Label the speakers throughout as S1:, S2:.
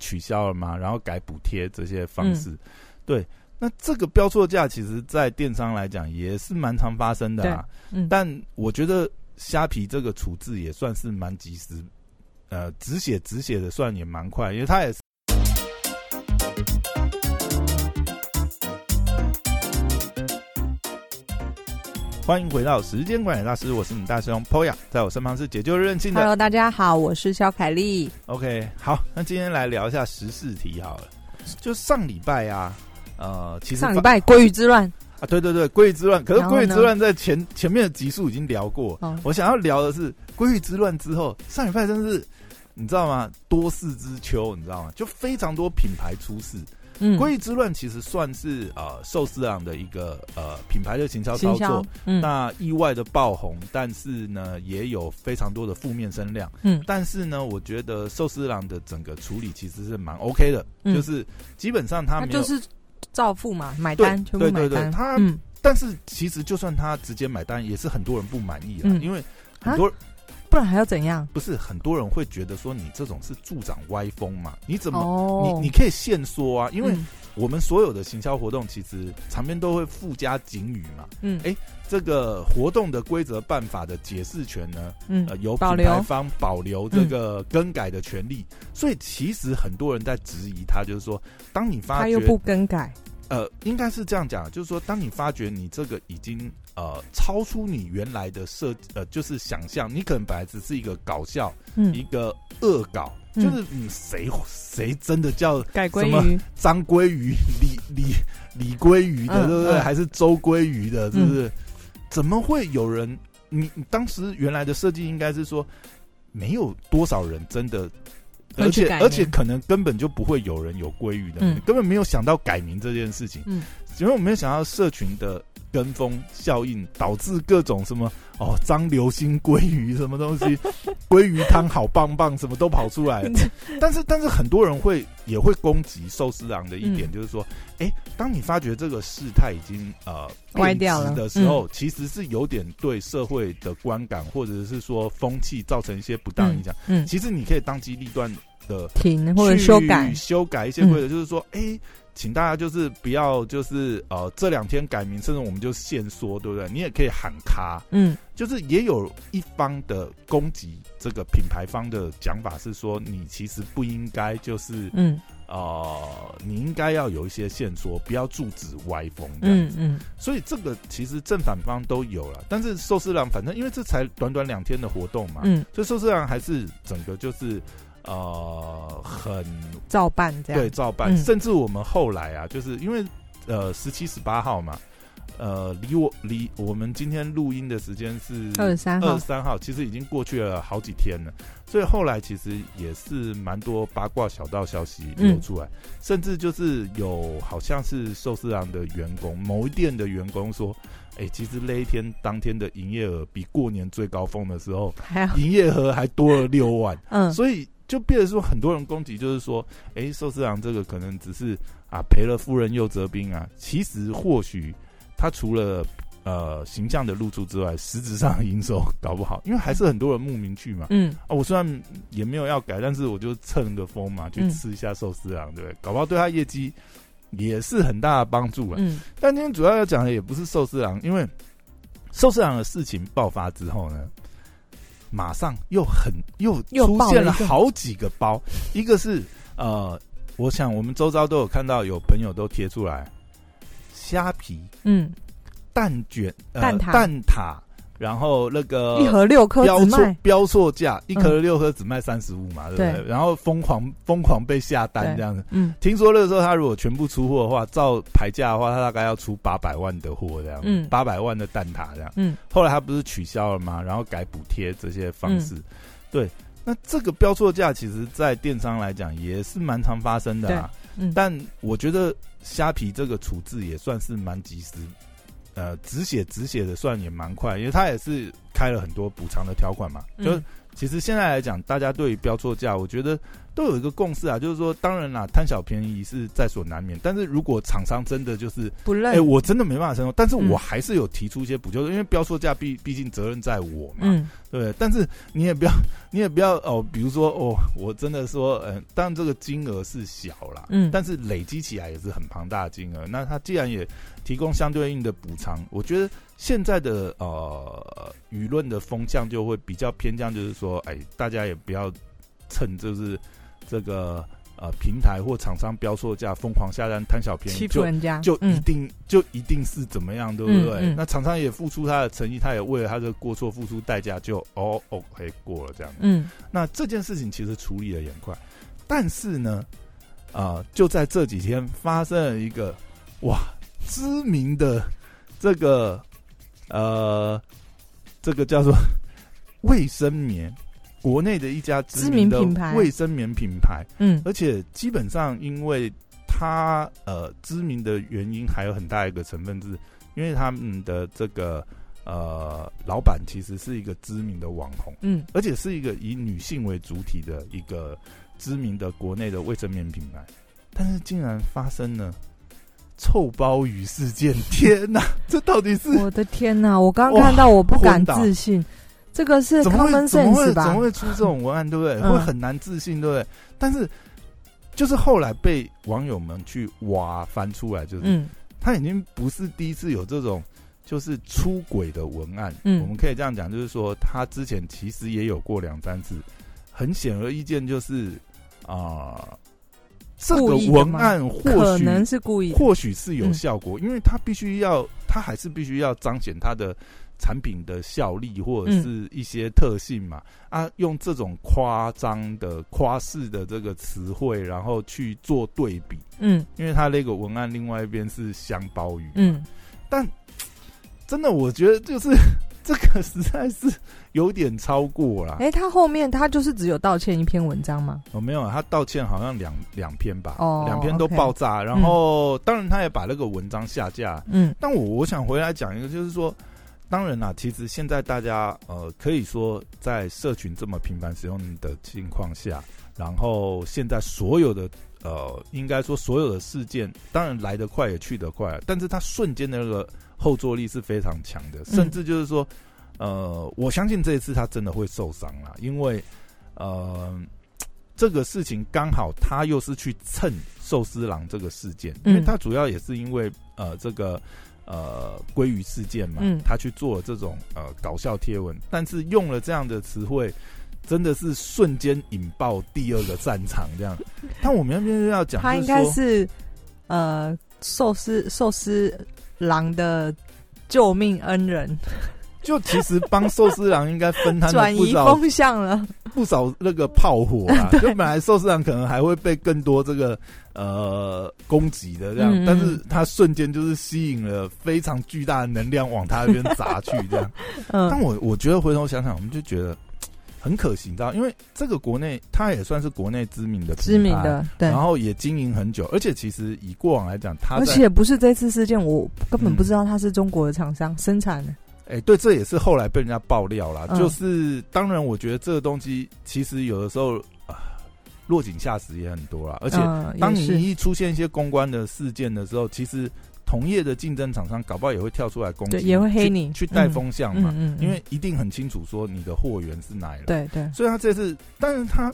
S1: 取消了嘛，然后改补贴这些方式。对，那这个标错价其实，在电商来讲也是蛮常发生的啊。
S2: 嗯，
S1: 但我觉得虾皮这个处置也算是蛮及时，呃，止血止血的算也蛮快，因为它也是欢迎回到时间管理大师，我是你大师兄 Poya，在我身旁是解救任性的
S2: Hello，大家好，我是肖凯丽。
S1: OK，好，那今天来聊一下时事题好了。就上礼拜啊，呃，其实
S2: 上礼拜鲑鱼之乱，
S1: 啊，对对对，《鲑鱼之乱》，可是《
S2: 然后
S1: 鲑鱼之
S2: 呢
S1: 乱》在前前面的集数已经聊过。
S2: 哦
S1: 我想要聊的是《鲑鱼之乱》之后，上礼拜真是你知道吗？多事之秋，你知道吗？就非常多品牌出事。
S2: 嗯，
S1: 鲑鱼之乱》其实算是呃寿司郎的一个呃品牌的行销操
S2: 行
S1: 作
S2: 销，，嗯
S1: 那意外的爆红，但是呢，也有非常多的负面声量。
S2: 嗯
S1: 但是呢，我觉得寿司郎的整个处理其实是蛮 OK 的，
S2: 嗯
S1: 就是基本上他
S2: 他
S1: 没
S2: 就
S1: 有，
S2: 是照付嘛，买
S1: 对
S2: 单全部买
S1: 对对对
S2: 单，
S1: 他
S2: 嗯
S1: 但是其实就算他直接买单，也是很多人不满意啦，
S2: 嗯
S1: 因为很多
S2: 不然还要怎样？
S1: 不是很多人会觉得说你这种是助长歪风嘛，你怎么？
S2: 哦，
S1: 你你可以现说啊，因为
S2: 嗯
S1: 我们所有的行销活动其实旁边都会附加警语嘛。
S2: 嗯
S1: 哎这个活动的规则办法的解释权呢，呃，
S2: 嗯
S1: 由
S2: 保
S1: 品牌
S2: 留嗯
S1: 方保留这个更改的权利，所以其实很多人在质疑他，就是说，当你发
S2: 他
S1: 觉
S2: 又不更改，
S1: 呃，应该是这样讲，啊就是说，当你发觉你这个已经呃超出你原来的设呃就是想象，你可能本来只是一个搞笑，
S2: 嗯
S1: 一，个恶搞，
S2: 嗯
S1: 就是嗯谁谁真的叫
S2: 改鲑
S1: 什
S2: 鱼，
S1: 张鲑鱼、李李李鲑鱼的，
S2: 嗯
S1: 对不对？
S2: 嗯
S1: 还是周鲑鱼的，是不是？怎么会有人？你你当时原来的设计应该是说，没有多少人真的，
S2: 会
S1: 而
S2: 去
S1: 且
S2: 改名
S1: 而且可能根本就不会有人有鲑鱼的，
S2: 嗯
S1: 根本没有想到改名这件事情。
S2: 嗯，
S1: 因为我没有想到社群的跟风效应，导致各种什么哦张流星鲑鱼什么东 西，鲑鱼汤好棒棒，什么都跑出来了。
S2: 嗯
S1: 但是，但是很多人会也会攻击寿司郎的一点，
S2: 嗯
S1: 就是说，哎、当你发觉这个事态已经呃
S2: 歪掉
S1: 变质
S2: 了嗯
S1: 的时候，其实是有点对社会的观感或者是说风气造成一些不当影响。
S2: 嗯，
S1: 其实你可以当机立断的
S2: 停或者修改嗯
S1: 去，修改一些规则，就是说，哎、请大家就是不要就是呃这两天改名，甚至我们就限缩，对不对？你也可以喊卡，
S2: 嗯
S1: 就是也有一方的攻击这个品牌方的讲法是说，你其实不应该就是
S2: 嗯
S1: 呃，你应该要有一些线索，不要阻止歪风这样
S2: 嗯
S1: 子。
S2: 嗯
S1: 所以这个其实正反方都有了，但是寿司郎反正因为这才短短两天的活动嘛，
S2: 嗯，
S1: 所以寿司郎还是整个就是呃很
S2: 照办这样，
S1: 对照办，
S2: 嗯
S1: 甚至我们后来啊，就是因为呃十七十八号嘛。呃，离我离我们今天录音的时间是
S2: 二十三
S1: 二
S2: 号
S1: 十，三号，其实已经过去了好几天了，所以后来其实也是蛮多八卦小道消息流出来，
S2: 嗯
S1: 甚至就是有好像是寿司郎的员工，某一店的员工说，哎、其实那一天当天的营业额比过年最高峰的时候，
S2: 还好，
S1: 营业额还多了六万，
S2: 嗯
S1: 所以就变成说很多人攻击，就是说，哎、寿司郎这个可能只是啊赔了夫人又折兵啊，其实或许他除了呃形象的露出之外，实质上的营收搞不好，因为还是很多人慕名去嘛。
S2: 嗯
S1: 啊，我虽然也没有要改，但是我就蹭个风嘛，去
S2: 嗯
S1: 吃一下寿司郎，对不对？搞不好对他业绩也是很大的帮助啊。
S2: 嗯
S1: 但今天主要要讲的也不是寿司郎，因为寿司郎的事情爆发之后呢，马上又很又
S2: 又
S1: 出
S2: 爆了
S1: 现
S2: 一
S1: 了
S2: 个
S1: 好几个包，一个是呃，我想我们周遭都有看到有朋友都贴出来虾皮
S2: 嗯，
S1: 蛋卷、呃、
S2: 蛋挞
S1: 蛋挞，然后那个
S2: 一盒六颗
S1: 呃标
S2: 只
S1: 错
S2: 卖，嗯
S1: 标错价，一颗六颗只卖三十五嘛，对不对？
S2: 对
S1: 然后疯狂疯狂被下单这样子。
S2: 嗯
S1: 听说那个时候他如果全部出货的话，照牌价的话，他大概要出八百万的货这样，
S2: 嗯
S1: 八百万的蛋挞这样。
S2: 嗯，
S1: 后来他不是取消了吗？然后改补贴这些方式，
S2: 嗯
S1: 对。那这个标错价，其实在电商来讲也是蛮常发生的、啊，
S2: 嗯，
S1: 但我觉得虾皮这个处置也算是蛮及时，呃，止血止血的算也蛮快，因为它也是开了很多补偿的条款嘛，就是
S2: 嗯
S1: 其实现在来讲，大家对于标错价，我觉得都有一个共识啊，就是说，当然啦，贪小便宜是在所难免，但是如果厂商真的就是，
S2: 不
S1: 哎、
S2: 认，
S1: 我真的没办法承受，但是
S2: 嗯
S1: 我还是有提出一些补救，因为标售价毕毕竟责任在我嘛，
S2: 嗯
S1: 对，但是你也不要，你也不要哦，比如说哦，我真的说，嗯、当然这个金额是小啦，
S2: 嗯
S1: 但是累积起来也是很庞大的金额。那他既然也提供相对应的补偿，我觉得现在的呃舆论的风向就会比较偏向，就是说，哎，大家也不要趁就是这个呃平台或厂商标售价疯狂下单贪小便宜，
S2: 欺
S1: 就
S2: 负人家，
S1: 就一
S2: 嗯
S1: 定、就一定是怎么样，对不对？
S2: 嗯嗯
S1: 那厂商也付出他的诚意，他也为了他的过错付出代价，就哦 OK 过了这样。
S2: 嗯
S1: 那这件事情其实处理的也很快，但是呢，啊，就在这几天发生了一个哇知名的这个呃这个叫做 卫生棉，国内的一家知名的
S2: 知名品牌
S1: 卫生棉品牌。
S2: 嗯
S1: 而且基本上因为它呃知名的原因，还有很大一个成分是，因为他们的这个呃老板其实是一个知名的网红，
S2: 嗯
S1: 而且是一个以女性为主体的一个知名的国内的卫生棉品牌，但是竟然发生了臭鲍鱼事件！ 天哪，这到底是
S2: 我的天哪！我刚
S1: 哇
S2: 刚看到，我不敢
S1: 昏倒
S2: 自信，这个是
S1: 怎么会
S2: common
S1: 怎么会怎么
S2: sense 吧？
S1: 会出这种文案，对不对？
S2: 嗯
S1: 会很难自信，对不对？但是就是后来被网友们去挖翻出来，就是、
S2: 嗯
S1: 他已经不是第一次有这种就是出轨的文案。
S2: 嗯
S1: 我们可以这样讲，就是说他之前其实也有过两三次，很显而易见，就是啊、这个
S2: 故意的
S1: 文
S2: 吗
S1: 案或
S2: 可
S1: 许
S2: 能是故意的，
S1: 或许是有
S2: 嗯
S1: 效果，因为它必须要，它还是必须要彰显它的产品的效力或者是一些特性嘛。啊，用这种夸张的、夸饰的这个词汇，然后去做对比，
S2: 嗯
S1: 因为它那个文案另外一边是香鲍鱼，
S2: 嗯，
S1: 真的，我觉得就是 这个实在是有点超过啦。
S2: 哎，他后面他就是只有道歉一篇文章嘛？
S1: 哦，没有，他道歉好像两两篇吧，
S2: 哦
S1: 两篇都
S2: OK
S1: 爆炸，然后、当然他也把那个文章下架，
S2: 嗯
S1: 但我我想回来讲一个，就是说，当然啦，其实现在大家呃，可以说在社群这么频繁使用的情况下，然后现在所有的呃，应该说所有的事件，当然来得快也去得快，但是它瞬间的那个后坐力是非常强的，甚至就是说，呃，我相信这一次他真的会受伤啦，因为呃。这个事情刚好他又是去蹭寿司郎这个事件，因为
S2: 嗯
S1: 他主要也是因为呃这个呃鲑鱼事件嘛，
S2: 嗯
S1: 他去做了这种呃搞笑贴文，但是用了这样的词汇，真的是瞬间引爆第二个战场这 样。但我们那边要讲，
S2: 他应该是呃寿司寿司郎的救命恩人，
S1: 就其实帮寿司郎应该分摊 了
S2: 转
S1: 不
S2: 移
S1: 少
S2: 风向了。
S1: 不少那个炮火 啊，就本来寿司郎可能还会被更多这个呃攻击的这样，
S2: 嗯嗯
S1: 但是他瞬间就是吸引了非常巨大的能量往他那边砸去这样。但
S2: 嗯
S1: 我我觉得回头想想，我们就觉得很可惜，你知道，因为这个国内它也算是国内知名的
S2: 知名
S1: 品牌，
S2: 的对
S1: 啊然。后也经营很久，而且其实以过往来讲，它
S2: 而
S1: 在
S2: 且不是这次事件，我根本
S1: 嗯
S2: 不知道他是中国的厂商生产的。
S1: 哎、对，这也是后来被人家爆料啦。
S2: 嗯
S1: 就是当然，我觉得这个东西其实有的时候啊，落井下石也很多啦。而且
S2: 嗯
S1: 当
S2: 也是
S1: 你一出现一些公关的事件的时候，其实同业的竞争厂商搞不好也会跳出来攻击
S2: 对
S1: 你，
S2: 也会黑
S1: 去
S2: 你
S1: 去带
S2: 嗯
S1: 风向嘛，
S2: 嗯嗯，
S1: 因为一定很清楚说你的货源是哪里来。
S2: 对对，
S1: 所以他这次，但是他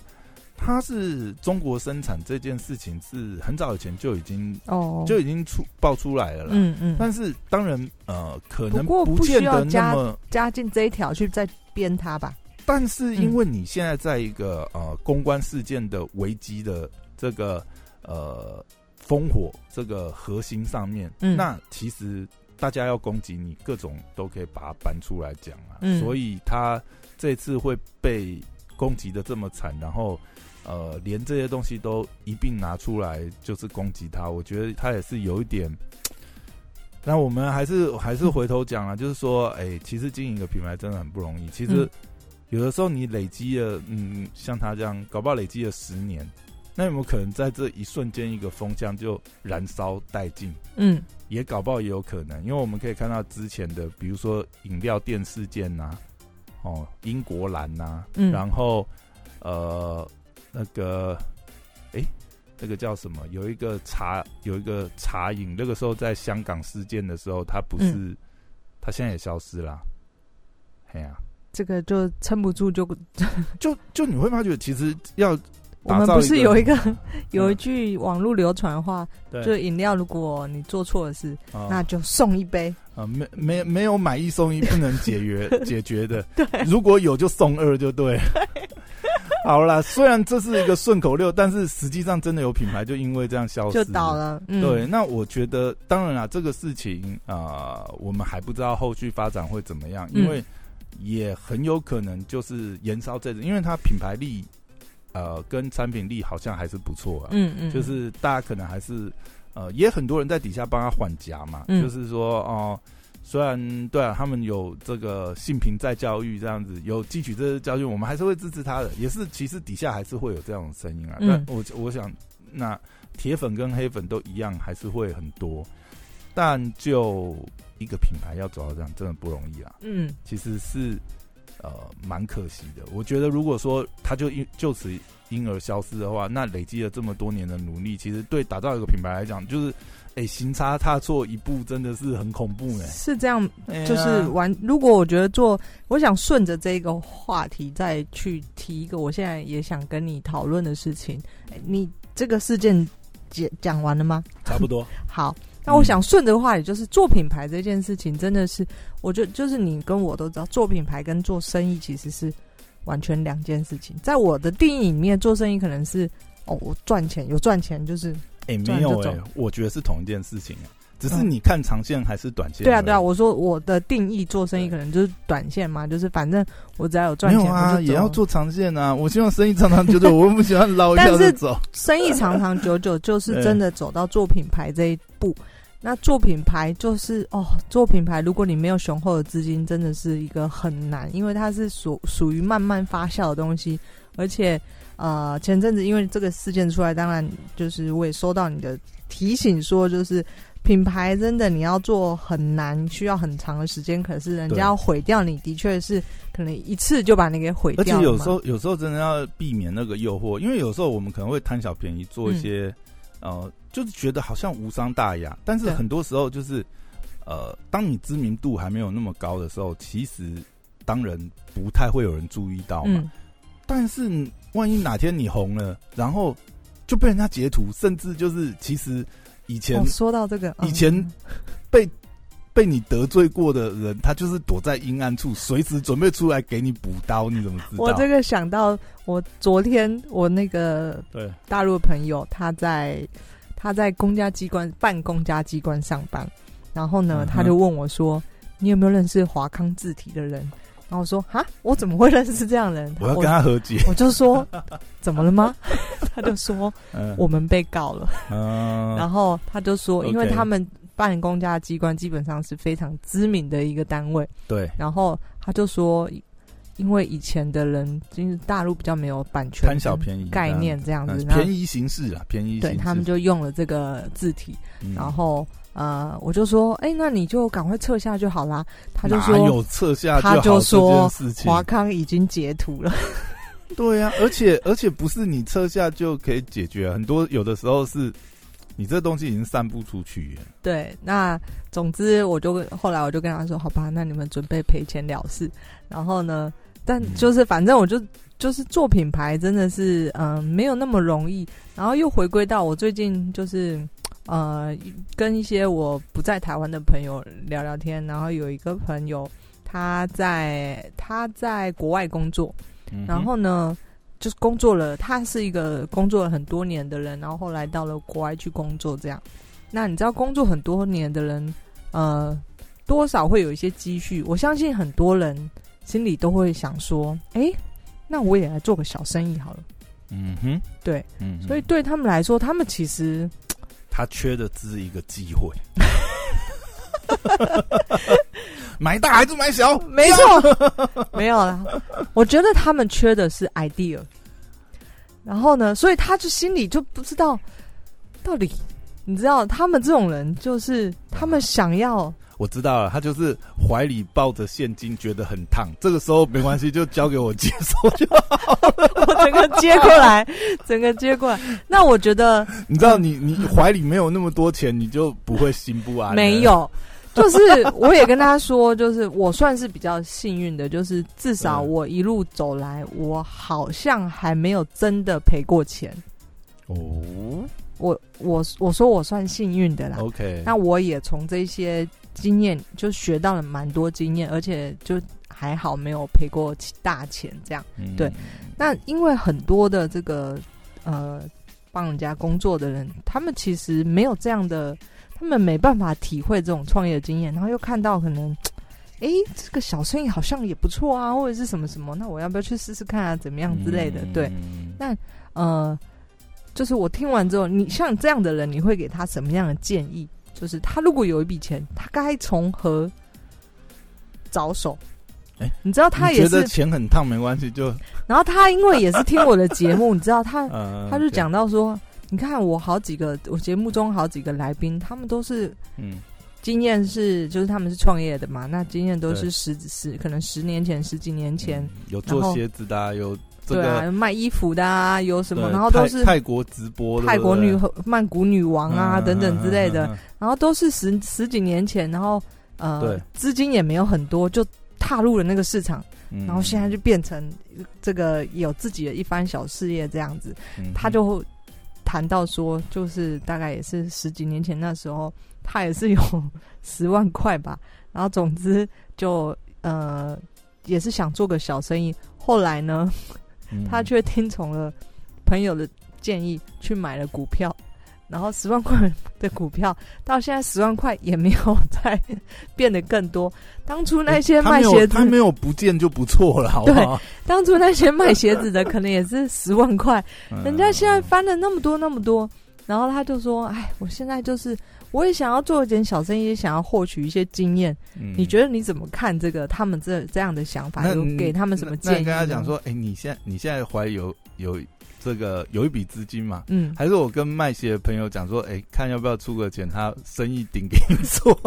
S1: 他是中国生产这件事情是很早以前就已经
S2: 哦，
S1: 就已经出爆出来了啦。
S2: 嗯嗯，
S1: 但是当然，呃，可能
S2: 不过不
S1: 见
S2: 需要
S1: 得那
S2: 加
S1: 么，
S2: 加进这一条去再编它吧。
S1: 但是因
S2: 嗯
S1: 为你现在在一个、呃公关事件的危机的这个呃烽火这个核心上面，
S2: 嗯
S1: 那其实大家要攻击你，各种都可以把它搬出来讲啊。
S2: 嗯
S1: 所以他这次会被攻击的这么惨，然后呃连这些东西都一并拿出来就是攻击他，我觉得他也是有一点。那我们还是还是回头讲啊，就是说，哎、其实经营一个品牌真的很不容易。其实
S2: 嗯
S1: 有的时候你累积了，嗯，像他这样，搞不好累积了十年，那有没有可能在这一瞬间一个风向就燃烧殆尽？
S2: 嗯
S1: 也搞不好也有可能，因为我们可以看到之前的，比如说饮料店事件啊呐、哦，英国蓝呐、
S2: 嗯，
S1: 然后呃那个那个叫什么？有一个茶，有一个茶饮。那个时候在香港事件的时候，他不是，
S2: 嗯
S1: 他现在也消失啦。哎呀、
S2: 这个就撑不住就，
S1: 就就你会发觉，其实要
S2: 我
S1: 打
S2: 们
S1: 造
S2: 不是有一
S1: 一
S2: 个嗯 有一句网络流传的话，
S1: 对
S2: 就饮料如果你做错了事，
S1: 啊
S2: 那就送一杯。
S1: 啊，没没没有买一送一不能解 决解决的，对，如果有就送二就对了。好啦，虽然这是一个顺口溜，但是实际上真的有品牌就因为这样消失
S2: 就倒了。嗯，
S1: 对，，那我觉得当然啦，这个事情啊、呃我们还不知道后续发展会怎么样，
S2: 嗯
S1: 因为也很有可能就是延烧这，因为它品牌力呃跟产品力好像还是不错啊，
S2: 嗯嗯，
S1: 就是大家可能还是呃也很多人在底下帮他缓夹嘛，
S2: 嗯
S1: 就是说哦。虽然对啊，他们有这个性平再教育这样子，有汲取这些教训，我们还是会支持他的。也是，其实底下还是会有这种声音啊。
S2: 嗯
S1: 但我我想，那铁粉跟黑粉都一样，还是会很多。但就一个品牌要走到这样，真的不容易啦。啊
S2: 嗯
S1: 其实是呃蛮可惜的。我觉得如果说他就因就此因而消失的话，那累积了这么多年的努力，其实对打造一个品牌来讲，就是哎、行差踏错一步，真的是很恐怖哎、
S2: 是这样，
S1: 哎呀
S2: 就是完。如果我觉得做，我想顺着这个话题再去提一个，我现在也想跟你讨论的事情。哎你这个事件讲讲完了吗？
S1: 差不多，
S2: 好，那
S1: 嗯
S2: 我想顺着话题，就是做品牌这件事情，真的是，我觉得就是你跟我都知道，做品牌跟做生意其实是完全两件事情。在我的定义里面，做生意可能是哦，我赚钱有赚钱，就是
S1: 哎、
S2: 这样
S1: 没有
S2: 就
S1: 哎、
S2: 走
S1: 我觉得是同一件事情、哎，只是
S2: 嗯
S1: 你看长线还是短线、
S2: 对啊对啊。，我说我的定义做生意
S1: 对
S2: 可能就是短线嘛，就是反正我只要有赚
S1: 没
S2: 钱，
S1: 有啊，
S2: 我就走
S1: 也要。做长线啊。我希望生意长长久久，我不喜欢捞一下
S2: 但是
S1: 就走。
S2: 生意长长久久，就是
S1: 对
S2: 真的走到做品牌这一步。那做品牌就是哦，做品牌，如果你没有雄厚的资金，真的是一个很难，因为它是属属于慢慢发酵的东西。而且，呃，前阵子因为这个事件出来，当然就是我也收到你的提醒，说就是品牌真的你要做很难，需要很长的时间。可是人
S1: 对
S2: 家要毁掉你，的确是可能一次就把你给毁
S1: 而且
S2: 掉了嘛。
S1: 有时候有时候真的要避免那个诱惑，因为有时候我们可能会贪小便宜，做
S2: 嗯
S1: 一些、呃，就是觉得好像无伤大雅，但是
S2: 对
S1: 很多时候就是呃，当你知名度还没有那么高的时候，其实当然不太会有人注意到嘛。
S2: 嗯，
S1: 但是你万一哪天你红了，然后就被人家截图，甚至就是其实以前
S2: 哦，说到这个，
S1: 以
S2: 嗯
S1: 前被你得罪过的人，他就是躲在阴暗处，随时准备出来给你补刀，你怎么知道？
S2: 我这个想到，我昨天我那个
S1: 对，
S2: 大陆朋友，他在他在公家机关办公家机关上班，然后
S1: 嗯
S2: 呢，
S1: 哼
S2: 他就问我说：“你有没有认识华康字体的人？”然后我说：“哈，我怎么会认识这样的人？”
S1: 我要跟他和解。
S2: 我就说：“怎么了吗？” 他就说
S1: 嗯：“
S2: 我们被告了。”
S1: 嗯，
S2: 然后他就说：“因为
S1: OK
S2: 他们办公家机关基本上是非常知名的一个单位。”
S1: 对，
S2: 然后他就说，因为以前的人就是大陆比较没有版权
S1: 贪小便宜
S2: 概念这样
S1: 嗯
S2: 子，然后
S1: 便宜行事啊，便宜行
S2: 对
S1: 事。
S2: 他们就用了这个字体，
S1: 嗯
S2: 然后呃，我就说，哎，那你就赶快撤下就好啦。他就
S1: 哪
S2: 说。
S1: 有撤下
S2: 他就
S1: 就好
S2: 说
S1: 这件事情
S2: 华康已经截图了，
S1: 对呀、啊，而且而且不是你撤下就可以解决，啊很多有的时候是你这东西已经散布出去了，
S2: 对，那总之我就后来我就跟他说，好吧，那你们准备赔钱了事。然后呢，但
S1: 嗯
S2: 就是反正我就就是做品牌真的是嗯、呃没有那么容易，然后又回归到我最近就是呃跟一些我不在台湾的朋友聊聊天，然后有一个朋友他在他在国外工作，
S1: 嗯哼
S2: 然后呢。就是工作了，他是一个工作了很多年的人，然后后来到了国外去工作，这样。那你知道工作很多年的人，呃，多少会有一些积蓄。我相信很多人心里都会想说，诶，那我也来做个小生意好了。
S1: 嗯哼，
S2: 对，
S1: 嗯哼，
S2: 所以对他们来说，他们其实
S1: 他缺的只是一个机会。 买大还是买小？
S2: 没错， 没有啦。我觉得他们缺的是 idea。然后呢，所以他就心里就不知道到底，你知道，他们这种人就是他们想要
S1: 我知道了，他就是怀里抱着现金，觉得很烫。这个时候没关系，就交给我接收就好了。
S2: 我整个接过 来，整个接过来。那我觉得
S1: 你知道你，你怀里没有那么多钱，你就不会心不安。
S2: 没，有，就是我也跟他说，就是我算是比较幸运的，就是至少
S1: 嗯
S2: 我一路走来，我好像还没有真的赔过钱。
S1: 哦
S2: 我我我说我算幸运的啦。
S1: ，OK，
S2: 那我也从这些经验就学到了蛮多经验，而且就还好没有赔过大钱这样。
S1: 嗯
S2: 对，那因为很多的这个呃帮人家工作的人，他们其实没有这样的，他们没办法体会这种创业经验，然后又看到可能，诶，这个小生意好像也不错啊，或者是什么什么，那我要不要去试试看啊？怎么样之类的？
S1: 嗯
S2: 对，，呃，就是我听完之后，你像这样的人，你会给他什么样的建议？就是他如果有一笔钱，他该从何着手？
S1: 诶
S2: 你知道他
S1: 哎你
S2: 也
S1: 觉得
S2: 是，
S1: 钱很烫没关系，就
S2: 然后他因为也是听我的节 目，你知道他
S1: 呃，
S2: 他就讲到说，你看我好几个，我节目中好几个来宾，他们都是
S1: 对，嗯
S2: 经验是，就是他们是创业的嘛，那经验都
S1: 对
S2: 是十十可能十年前、十几年前，
S1: 嗯有
S2: 然
S1: 做
S2: 后
S1: 鞋子的啊，有这
S2: 对
S1: 个
S2: 啊，卖衣服的啊，有什么，
S1: 对
S2: 然后都
S1: 泰
S2: 是
S1: 泰国直播的，
S2: 泰国
S1: 对
S2: 女
S1: 不对
S2: 和曼谷女王啊、
S1: 嗯
S2: 等等之类的，
S1: 嗯嗯嗯
S2: 然后都是十十几年前，然后呃
S1: 对
S2: 资金也没有很多，就踏入了那个市场，
S1: 嗯
S2: 然后现在就变成这个有自己的一番小事业这样子。
S1: 嗯
S2: 他就谈到说，就是大概也是十几年前那时候，他也是有 十万块吧，然后总之就呃也是想做个小生意。后来呢，
S1: 嗯
S2: 他却听从了朋友的建议去买了股票。然后十万块的股票，到现在十万块也没有再 变得更多。当初那些
S1: 他
S2: 卖
S1: 没有
S2: 鞋子，
S1: 他没有不见就不错了，好不好？
S2: 当初那些卖鞋子的，可能也是十 万块，
S1: 嗯
S2: 人家现在翻了那么多那么多，然后他就说：“哎，我现在就是我也想要做一点小生意，也想要获取一些经验。
S1: 嗯
S2: 你觉
S1: 得
S2: 得你怎么看这个他们这这样的想法？有给他们什么建议？
S1: 跟他讲，说，哎，你现在你现在怀有有这个有一笔资金嘛？
S2: 嗯，
S1: 还是我跟卖鞋的朋友讲说，哎，看要不要出个钱，他生意顶给你做。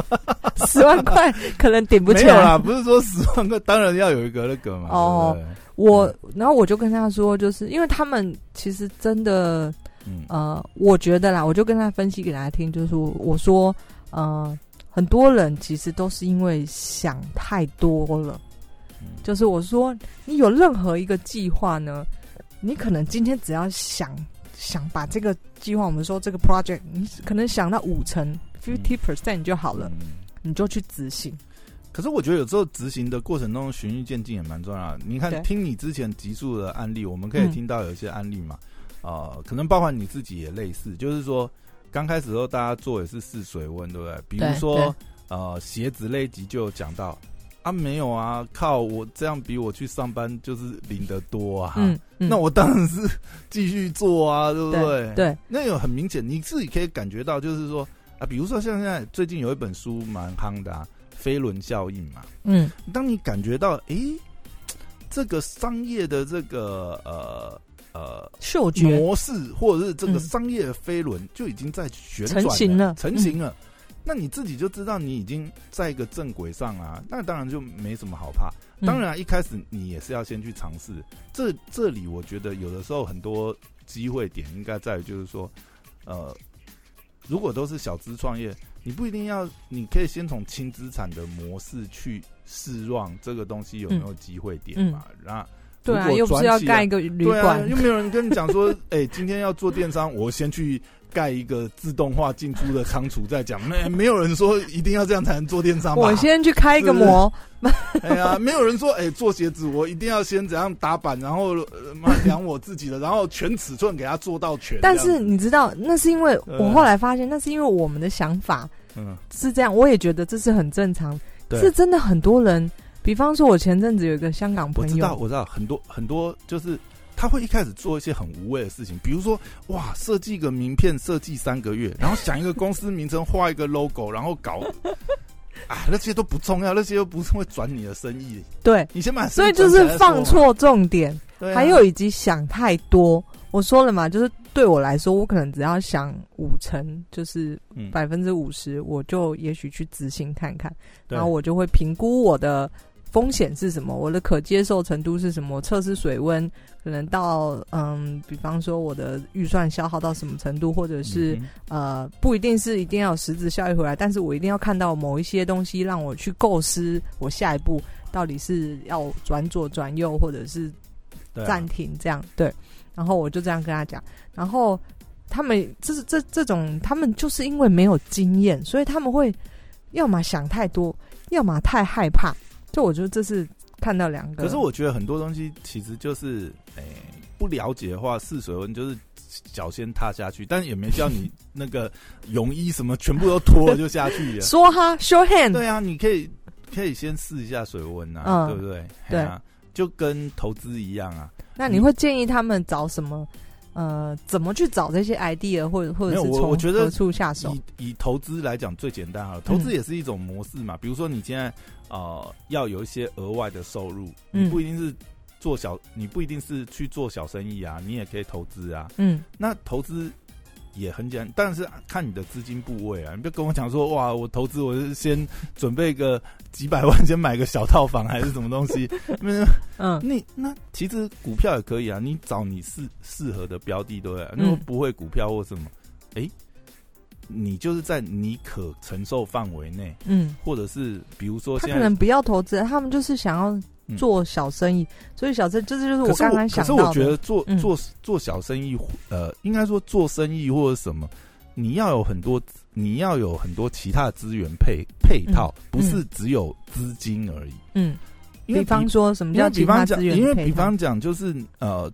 S2: 十万块 可能 顶不
S1: 没
S2: 起
S1: 有
S2: 来。
S1: 啦，不是说十万个，当然要有一个那个嘛。
S2: 哦
S1: 对不对，
S2: 我，然后我就跟他说，就是因为他们其实真的，
S1: 嗯
S2: 呃，我觉得啦，我就跟他分析给大家听，就是我我说，呃，很多人其实都是因为想太多了。
S1: 嗯
S2: 就是我说，你有任何一个计划呢，你可能今天只要想想把这个计划，我们说这个 project，你可能想到五成 fifty percent 就好了，
S1: 嗯
S2: 你就去执行。
S1: 可是我觉得有时候执行的过程中循序渐进也蛮重要的。你
S2: 对
S1: 看，听你之前集数的案例，我们可以
S2: 嗯
S1: 听到有一些案例嘛，呃，可能包含你自己也类似，就是说刚开始的时候大家做也是试水温，对不对？比如
S2: 对对
S1: 说呃，鞋子那一集就有讲到啊，没有啊，靠，我这样比我去上班就是领得多啊，
S2: 嗯，嗯
S1: 那我当然是继续做啊，对不
S2: 对对
S1: 那有很明显，你自己可以感觉到，就是说啊，比如说像现在最近有一本书蛮夯的、啊《飞轮效应》嘛，
S2: 嗯
S1: 当你感觉到诶，这个商业的这个呃呃
S2: 嗅觉
S1: 模式，或者是这
S2: 嗯
S1: 个商业的飞轮就已经在旋转
S2: 成型了嗯
S1: 了，成型了。那你自己就知道你已经在一个正轨上啊，那当然就没什么好怕。
S2: 嗯
S1: 当然啊，一开始你也是要先去尝试。这这里我觉得有的时候很多机会点应该在于，就是说，呃，如果都是小资创业，你不一定要，你可以先从轻资产的模式去试让这个东西有没有机会点嘛。那
S2: 嗯对啊，
S1: 如果
S2: 又不是
S1: 转
S2: 要
S1: 起来
S2: 盖一个旅
S1: 对啊
S2: 馆，，
S1: 又没有人跟你讲说， 哎、今天要做电商，我先去盖一个自动化进出的仓储再讲。没没有人说一定要这样才能做电商吧？
S2: 我先去开一个
S1: 是不是
S2: 模，
S1: 哎呀，没有人说哎、做鞋子我一定要先怎样打板，然后呃妈量我自己的，然后全尺寸给它做到全。
S2: 但
S1: 这
S2: 是
S1: 样子
S2: 你知道，那是因为我
S1: 嗯
S2: 后来发现，那是因为我们的想法
S1: 嗯，
S2: 是这样，我也觉得这是很正常，
S1: 对
S2: 是真的很多人。比方说，我前阵子有一个香港
S1: 我
S2: 朋
S1: 知道，
S2: 友，
S1: 我知道，很多很多就是他会一开始做一些很无谓的事情，比如说哇，设计一个名片，设计三个 月，然后想一个公司名称，画一个 logo，然后搞。啊，那些都不重要，那些又不是会转你的生意。
S2: 对，
S1: 你先把生
S2: 所
S1: 意
S2: 以就
S1: 转起
S2: 是
S1: 来再说嘛，
S2: 放错重点，
S1: 对啊
S2: 还有以及想太多。我说了嘛，就是对我来说，我可能只要想五成，就是
S1: 嗯，
S2: 百分之五十，我就也许去执行看看，
S1: 对
S2: 然后我就会评估我的风险是什么，我的可接受程度是什么，我测试水温可能到嗯，比方说我的预算消耗到什么程度，或者是、
S1: 嗯
S2: 呃，不一定是一定要有实质效益回来，但是我一定要看到某一些东西，让我去构思我下一步到底是要转左、转右，或者是
S1: 对啊
S2: 暂停这样。对，然后我就这样跟他讲，然后他们这是这这种，他们就是因为没有经验，所以他们会要么想太多，要么太害怕。就我觉得这是看到两个，
S1: 可是我觉得很多东西其实就是，诶、不了解的话，试水温就是脚先踏下去，但也没叫你那个泳衣什么全部都脱了就下去了。
S2: 说哈，show hand，
S1: 对啊，你可以可以先试一下水温啊，
S2: 嗯
S1: 对不对？嘿
S2: 对
S1: 啊，就跟投资一样啊。
S2: 那你会建议他们找什么？呃，怎么去找这些 idea，或者或者
S1: 没
S2: 是
S1: 有我
S2: 从
S1: 我觉得
S2: 何处下手？
S1: 以以投资来讲最简单
S2: 嗯
S1: 啊，投资也是一种模式嘛。比如说你现在呃要有一些额外的收入，
S2: 嗯
S1: 你不一定是做小，你不一定是去做小生意啊，你也可以投资啊。
S2: 嗯，
S1: 那投资也很简单，但是看你的资金部位啊，你不要跟我讲说哇，我投资我是先准备个几百万，先买个小套房还是什么东西？没有，
S2: 嗯
S1: 那那其实股票也可以啊，你找你适适合的标的，对不对？
S2: 嗯
S1: 如果不会股票或什么，哎、你就是在你可承受范围内，
S2: 嗯，
S1: 或者是比如说
S2: 他
S1: 现
S2: 可
S1: 在嗯
S2: 能不要投资，他们就是想要做小生意，所以小生这就是
S1: 可是
S2: 刚刚
S1: 可
S2: 想
S1: 是我
S2: 到
S1: 觉
S2: 的。
S1: 得做
S2: 嗯
S1: 做做小生意，呃，应该说做生意或者什么，你要有很多，你要有很多其他的资源配配套，不是只有资金而已。
S2: 嗯，
S1: 因为
S2: 比方说什么
S1: 因
S2: 叫
S1: 为比方
S2: 其他
S1: 讲，
S2: 资源
S1: 因为
S2: 配
S1: 比
S2: 套
S1: 方讲就是呃，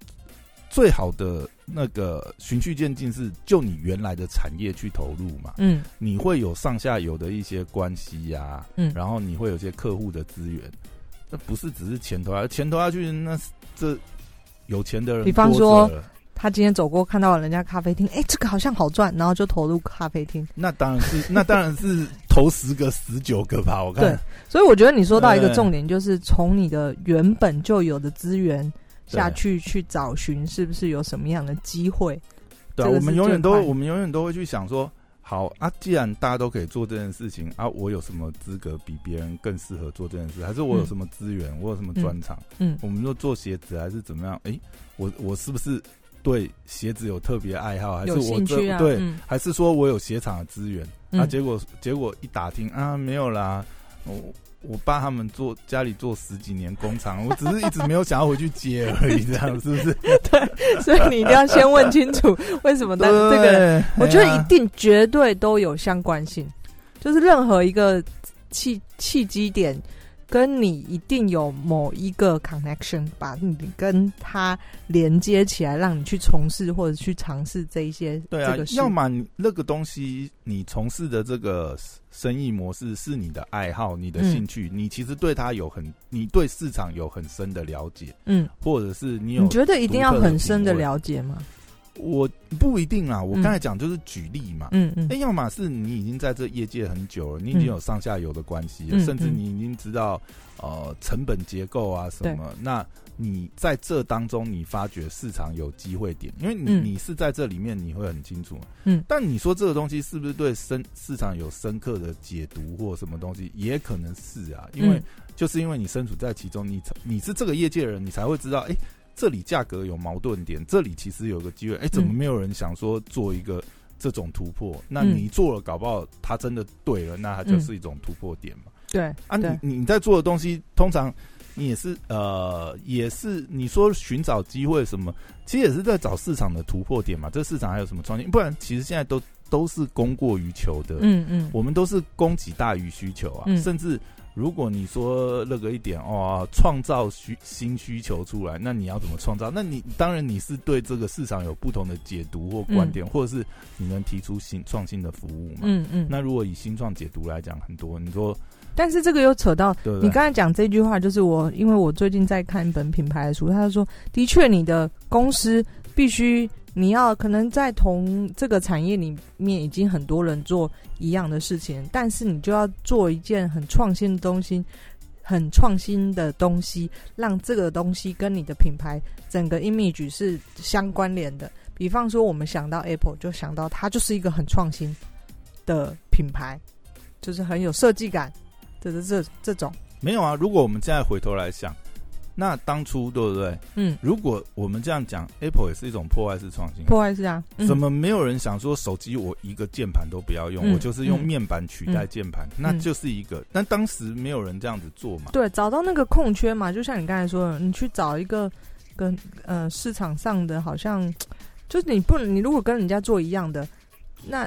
S1: 最好的那个循序渐进是就你原来的产业去投入嘛，
S2: 嗯
S1: 你会有上下游的一些关系呀、
S2: 嗯
S1: 然后你会有一些客户的资源，那不是只是钱投下，钱投下去那是这有钱的人
S2: 比方
S1: 多
S2: 说
S1: 着了，
S2: 他今天走过看到人家咖啡厅，哎、这个好像好赚，然后就投入咖啡厅。
S1: 那当然是那当然是投十个十九个吧，我看
S2: 对所以我觉得你说到一个
S1: 对
S2: 重点，就是从你的原本就有的资源下
S1: 对
S2: 去去找寻，是不是有什么样的机会？
S1: 对啊
S2: 这个
S1: 我
S2: 是
S1: 们永远都
S2: 最快
S1: 我们永远都会去想说。好啊，既然大家都可以做这件事情啊，我有什么资格比别人更适合做这件事？还是我有
S2: 嗯
S1: 什么资源？我有什么专长？
S2: 嗯
S1: 我们就做鞋子还是怎么样？诶、我我是不是对鞋子有特别爱好？还是
S2: 有
S1: 我
S2: 兴
S1: 这
S2: 趣啊，
S1: 对、
S2: 嗯
S1: 还是说我有鞋厂的资源、啊？
S2: 嗯
S1: 结果结果一打听啊，没有啦，我我爸他们做家里做十几年工厂，我只是一直没有想要回去接而已，这样是不 是？
S2: 所以你一定要先问清楚 为什么他这个人，
S1: 人
S2: 我觉得
S1: 啊
S2: 一定绝对都有相关性，就是任何一个契契机点，跟你一定有某一个 connection，把你跟他连接起来，让你去从事或者去尝试这一些
S1: 对啊
S2: 这个，事
S1: 要么你那个东西你从事的这个生意模式是你的爱好、你的
S2: 嗯
S1: 兴趣，你其实对它有很，你对市场有很深的了解，
S2: 嗯，
S1: 或者是你有
S2: 你觉得一定要
S1: 独特的
S2: 很深的
S1: 品味
S2: 了解吗？
S1: 啊我不一定啊，我
S2: 嗯
S1: 刚才讲就是举例嘛。
S2: 嗯嗯
S1: 哎、要么是你已经在这业界很久了，你已经有上下游的关系了，
S2: 嗯
S1: 甚至
S2: 嗯
S1: 你已经知道呃成本结构啊什么。那你在这当中，你发觉市场有机会点，因为你、
S2: 嗯
S1: 你是在这里面，你会很清楚。
S2: 嗯
S1: 但你说这个东西是不是对深市场有深刻的解读或什么东西，也可能是啊，因为、
S2: 嗯
S1: 就是因为你身处在其中，你才你是这个业界的人，你才会知道，哎、这里价格有矛盾点，这里其实有个机会，哎、怎么
S2: 嗯
S1: 没有人想说做一个这种突破？那
S2: 嗯
S1: 你做了，搞不好它真的对了，那它就是一种突破点嘛。
S2: 对
S1: 啊，
S2: 对，
S1: 你你在做的东西，通常你也是呃，也是你说寻找机会什么，其实也是在找市场的突破点嘛。这市场还有什么创新？不然其实现在都都是供过于求的，
S2: 嗯嗯，
S1: 我们都是供给大于需求啊，
S2: 嗯
S1: 甚至如果你说那个一点哦，创造需新需求出来，那你要怎么创造？那你当然你是对这个市场有不同的解读或观点，或者是你能提出新创新的服务嘛？
S2: 嗯嗯，
S1: 那如果以新创解读来讲，很多你说
S2: 但是这个又扯到
S1: 对不对？
S2: 你刚才讲这句话，就是我，因为我最近在看一本品牌的书，他就说，的确，你的公司必须你要可能在同这个产业里面已经很多人做一样的事情，但是你就要做一件很创新的东西，很创新的东西，让这个东西跟你的品牌整个 image 是相关联的。比方说，我们想到 Apple，就想到它就是一个很创新的品牌，就是很有设计感，这这这这种，
S1: 没有啊。如果我们现在回头来想，那当初对不对？
S2: 嗯，
S1: 如果我们这样讲，Apple 也是一种破坏式创新啊。
S2: 破坏式啊，嗯
S1: 怎么没有人想说手机我一个键盘都不要用，
S2: 嗯
S1: 我就是用面板取代键盘，那就是一个。但当时没有人这样子做嘛，
S2: 嗯对，找到那个空缺嘛，就像你刚才说的，你去找一个跟呃市场上的，好像就是你不，你如果跟人家做一样的，那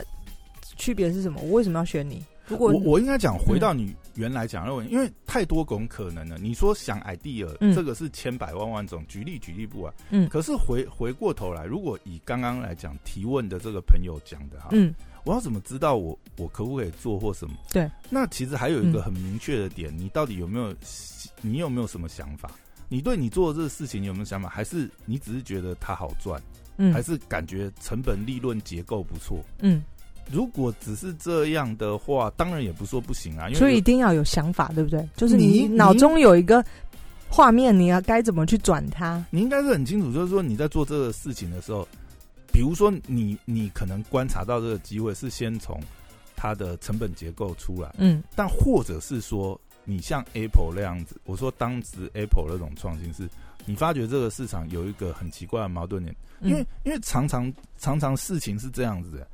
S2: 区别是什么？我为什么要选你？如果
S1: 我我应该讲回到你原来讲的问题，因为太多种可能了。你说想 idea，、
S2: 嗯
S1: 这个是千百万万种，举例举例不完。
S2: 嗯
S1: 可是回回过头来，如果以刚刚来讲提问的这个朋友讲的哈，
S2: 嗯
S1: 我要怎么知道我我可不可以做或什么？
S2: 对，嗯
S1: 那其实还有一个很明确的点，你到底有没有你有没有什么想法？你对你做的这个事情有没有想法？还是你只是觉得它好赚，还
S2: 嗯
S1: 是感觉成本利润结构不错？
S2: 嗯，
S1: 如果只是这样的话，当然也不说不行啊，因为
S2: 所以一定要有想法，对不对？就是
S1: 你
S2: 你脑中有一个画面，你要该怎么去转它？
S1: 你应该是很清楚，就是说你在做这个事情的时候，比如说你你可能观察到这个机会是先从它的成本结构出来，
S2: 嗯
S1: 但或者是说你像 Apple 那样子，我说当时 Apple 那种创新是，你发觉这个市场有一个很奇怪的矛盾点，因为
S2: 嗯
S1: 因为常常常常事情是这样子的，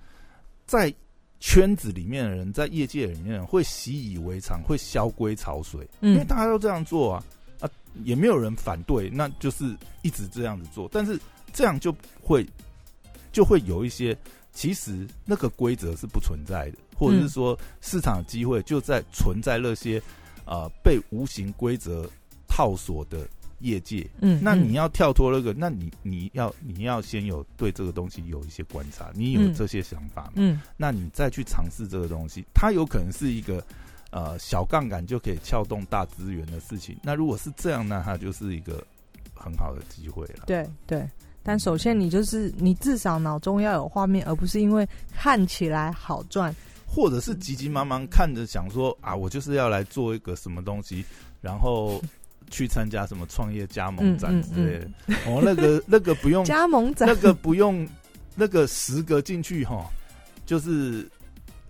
S1: 在圈子里面的人，在业界里面的人会习以为常，会萧规曹随，因为
S2: 嗯
S1: 大家都这样做啊啊，也没有人反对，那就是一直这样子做，但是这样就会就会有一些其实那个规则是不存在的，或者是说市场的机会就在存在那些呃被无形规则套索的业界，
S2: 嗯，
S1: 那你
S2: 要
S1: 要跳脱那个，那你你要你要先有对这个东西有一些观察，你有
S2: 嗯
S1: 这些想法嘛？
S2: 嗯
S1: 那你再去尝试这个东西，它有可能是一个呃小杠杆就可以撬动大资源的事情。那如果是这样，那它就是一个很好的机会了。
S2: 对对。但首先，你就是你至少脑中要有画面，而不是因为看起来好赚。
S1: 或者是急急忙忙看着想说啊，我就是要来做一个什么东西，然后去参加什么创业加盟展之类的。哦，那个 那个不用
S2: 嗯加盟展
S1: 那个不用，那个十个进去哈，就是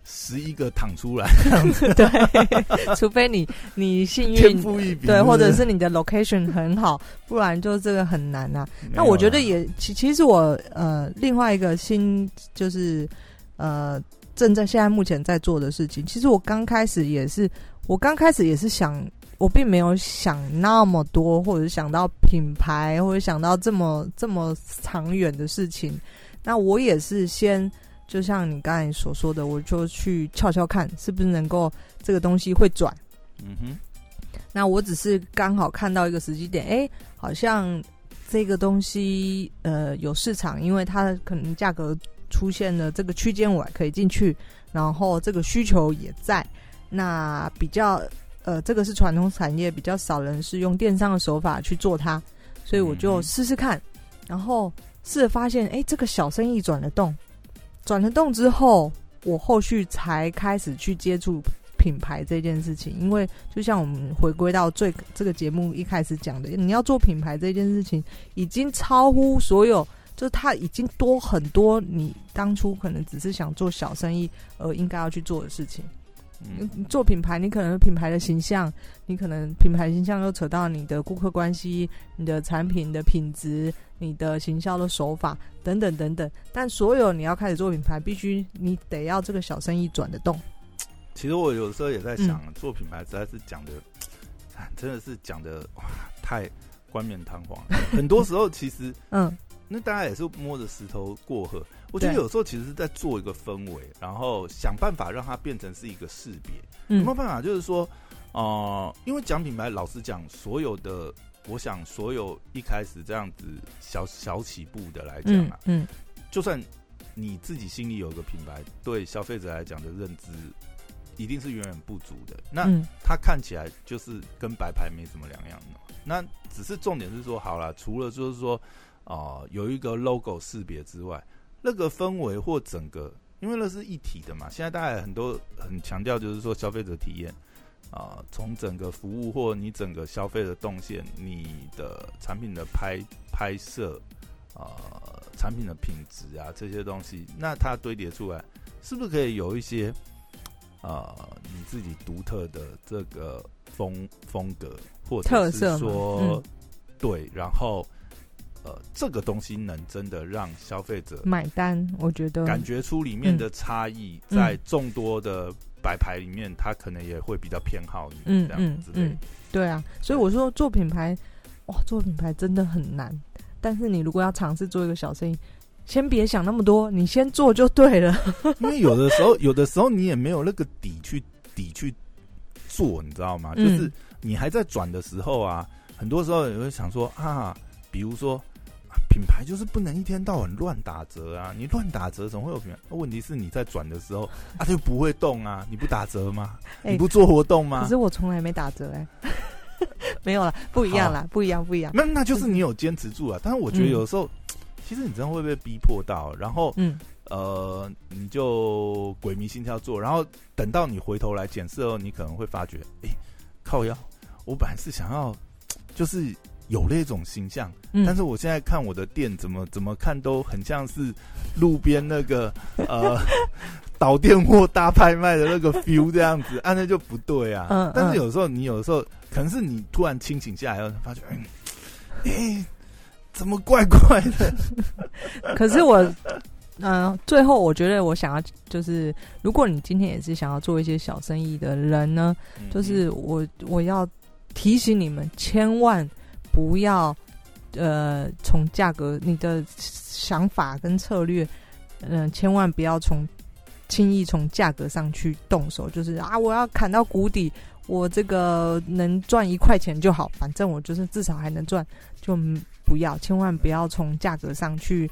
S1: 十一个躺出来，
S2: 对， 除非你你幸
S1: 天
S2: 运，
S1: 赋异禀。
S2: 对，或者
S1: 是
S2: 是你的 location 很好，不然就这个很难啊。
S1: 没有
S2: 那我觉得
S1: 啦
S2: 也，其其实我呃，另外一个新就是呃，正在现在目前在做的事情，其实我刚开始也是，我刚开始也是想，我并没有想那么多，或者是想到品牌，或者想到这么这么长远的事情。那我也是先，就像你刚才所说的，我就去瞧瞧看，是不是能够这个东西会转。
S1: 嗯哼，
S2: 那我只是刚好看到一个时机点，哎、好像这个东西呃有市场，因为它可能价格出现了这个区间，我还可以进去，然后这个需求也在。那比较呃，这个是传统产业比较少人是用电商的手法去做它，所以我
S1: 嗯
S2: 就试试看，然后试着发现，哎、这个小生意转得动，转得动之后，我后续才开始去接触品牌这件事情，因为就像我们回归到最这个节目一开始讲的，你要做品牌这件事情，已经超乎所有，就是它已经多很多你当初可能只是想做小生意而应该要去做的事情。
S1: 嗯
S2: 你做品牌，你可能品牌的形象，你可能品牌形象又扯到你的顾客关系、你的产品的品质、你的行销的手法等等等等。但所有你要开始做品牌，必须你得要这个小生意转得动。
S1: 其实我有时候也在想，
S2: 嗯
S1: 做品牌实在是讲的，啊真的是讲的哇，太冠冕堂皇了。很多时候其实
S2: 嗯
S1: 那大家也是摸着石头过河。我觉得
S2: 对
S1: 有时候其实是在做一个氛围，然后想办法让它变成是一个识别。有没有
S2: 嗯
S1: 办法？就是说，呃，因为讲品牌，老实讲，所有的，我想所有一开始这样子小小起步的来讲
S2: 嗯
S1: 啊，
S2: 嗯，
S1: 就算你自己心里有个品牌，对消费者来讲的认知一定是远远不足的。那
S2: 嗯
S1: 它看起来就是跟白牌没什么两样的。那只是重点是说，好了，除了就是说，哦，有一个 logo 识别之外，那个氛围或整个，因为那是一体的嘛。现在大家很多很强调就是说消费者体验，啊，从整个服务或你整个消费的动线，你的产品的拍拍摄，啊，产品的品质啊这些东西，那它堆叠出来，是不是可以有一些啊你自己独特的这个风风格，或者
S2: 特
S1: 是
S2: 色
S1: 说、
S2: 嘛嗯
S1: 对，然后呃这个东西能真的让消费者
S2: 买单，我觉得
S1: 感觉出里面的差异，
S2: 嗯
S1: 在众多的白牌里面，他可能也会比较偏好你
S2: 嗯
S1: 这样之类的
S2: 嗯。对啊，所以我说做品牌，哇，做品牌真的很难。但是你如果要尝试做一个小生意，先别想那么多，你先做就对了。
S1: 因为有的时候，有的时候你也没有那个底去底去做，你知道吗？就
S2: 嗯
S1: 是你还在转的时候啊，很多时候你会想说啊，比如说、啊品牌就是不能一天到晚乱打折啊，你乱打折怎么会有品牌？问题是你在转的时候，啊，它就不会动啊，你不打折吗？
S2: 哎
S1: 你不做活动
S2: 可
S1: 吗？
S2: 是我从来没打折哎、 没有啦，不一样啦，不一样，不一样。
S1: 那那就是你有坚持住啊。但是我觉得
S2: 嗯
S1: 有的时候，其实你真的会被逼迫到，然后
S2: 嗯，
S1: 呃，你就鬼迷心窍做，然后等到你回头来检视后，你可能会发觉，哎、靠腰，我本来是想要就是有那种形象，
S2: 嗯
S1: 但是我现在看我的店怎么怎么看都很像是路边那个呃倒店货大拍卖的那个 feel 这样子，啊， 那就不对啊。
S2: 嗯
S1: 但是
S2: 嗯
S1: 有时候你有时候可能是你突然清醒下来，然后发觉，哎、哎怎么怪怪的？
S2: 可是我，嗯、最后我觉得我想要就是，如果你今天也是想要做一些小生意的人呢，
S1: 嗯
S2: 就是我我要提醒你们，千万不要呃从价格你的想法跟策略，嗯、千万不要从轻易从价格上去动手，就是啊，我要砍到谷底。我这个能赚一块钱就好，反正我就是至少还能赚，就不要，千万不要从价格上去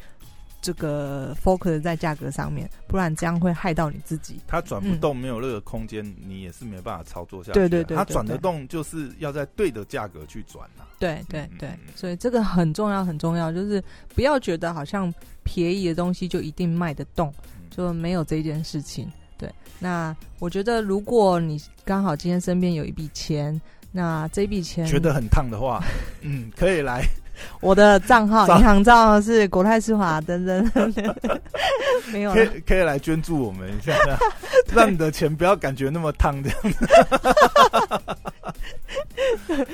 S2: 这个 focus 在价格上面，不然这样会害到你自己。
S1: 它转不动，没有那个空间，你也是没办法操作下去的。
S2: 对对对
S1: 它
S2: 对
S1: 转得
S2: 对
S1: 动，就是要在对的价格去转啊。
S2: 对对
S1: 嗯
S2: 对
S1: 嗯嗯，
S2: 所以这个很重要很重要，就是不要觉得好像便宜的东西就一定卖得动，
S1: 嗯
S2: 就没有这件事情。对，那我觉得如果你刚好今天身边有一笔钱，那这笔钱
S1: 觉得很烫的 话，嗯，可以来。
S2: 我的账号
S1: 账
S2: 银行账号是国泰世华等等， 没有
S1: 可
S2: 了
S1: 以。可以来捐助我们一 下，让你的钱不要感觉那么烫这样子。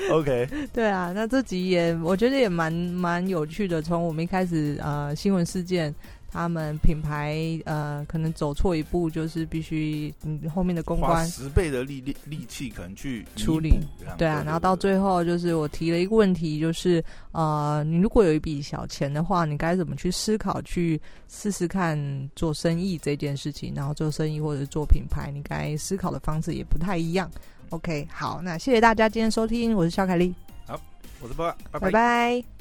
S1: OK，
S2: 对啊，那这集也我觉得也蛮蛮有趣的。从我们一开始呃新闻事件，他们品牌呃可能走错一步，就是必须嗯后面的公
S1: 花
S2: 关
S1: 十倍的力力力气，可能去弥补
S2: 处理
S1: 这样。
S2: 对啊，然后到最后就是我提了一个问题，就是呃，你如果有一笔小钱的话，你该怎么去思考去试试看做生意这件事情？然后做生意或者做品牌，你该思考的方式也不太一样。OK，好，那谢谢大家今天收听，我是肖凯丽，
S1: 我是爸爸，拜
S2: 拜拜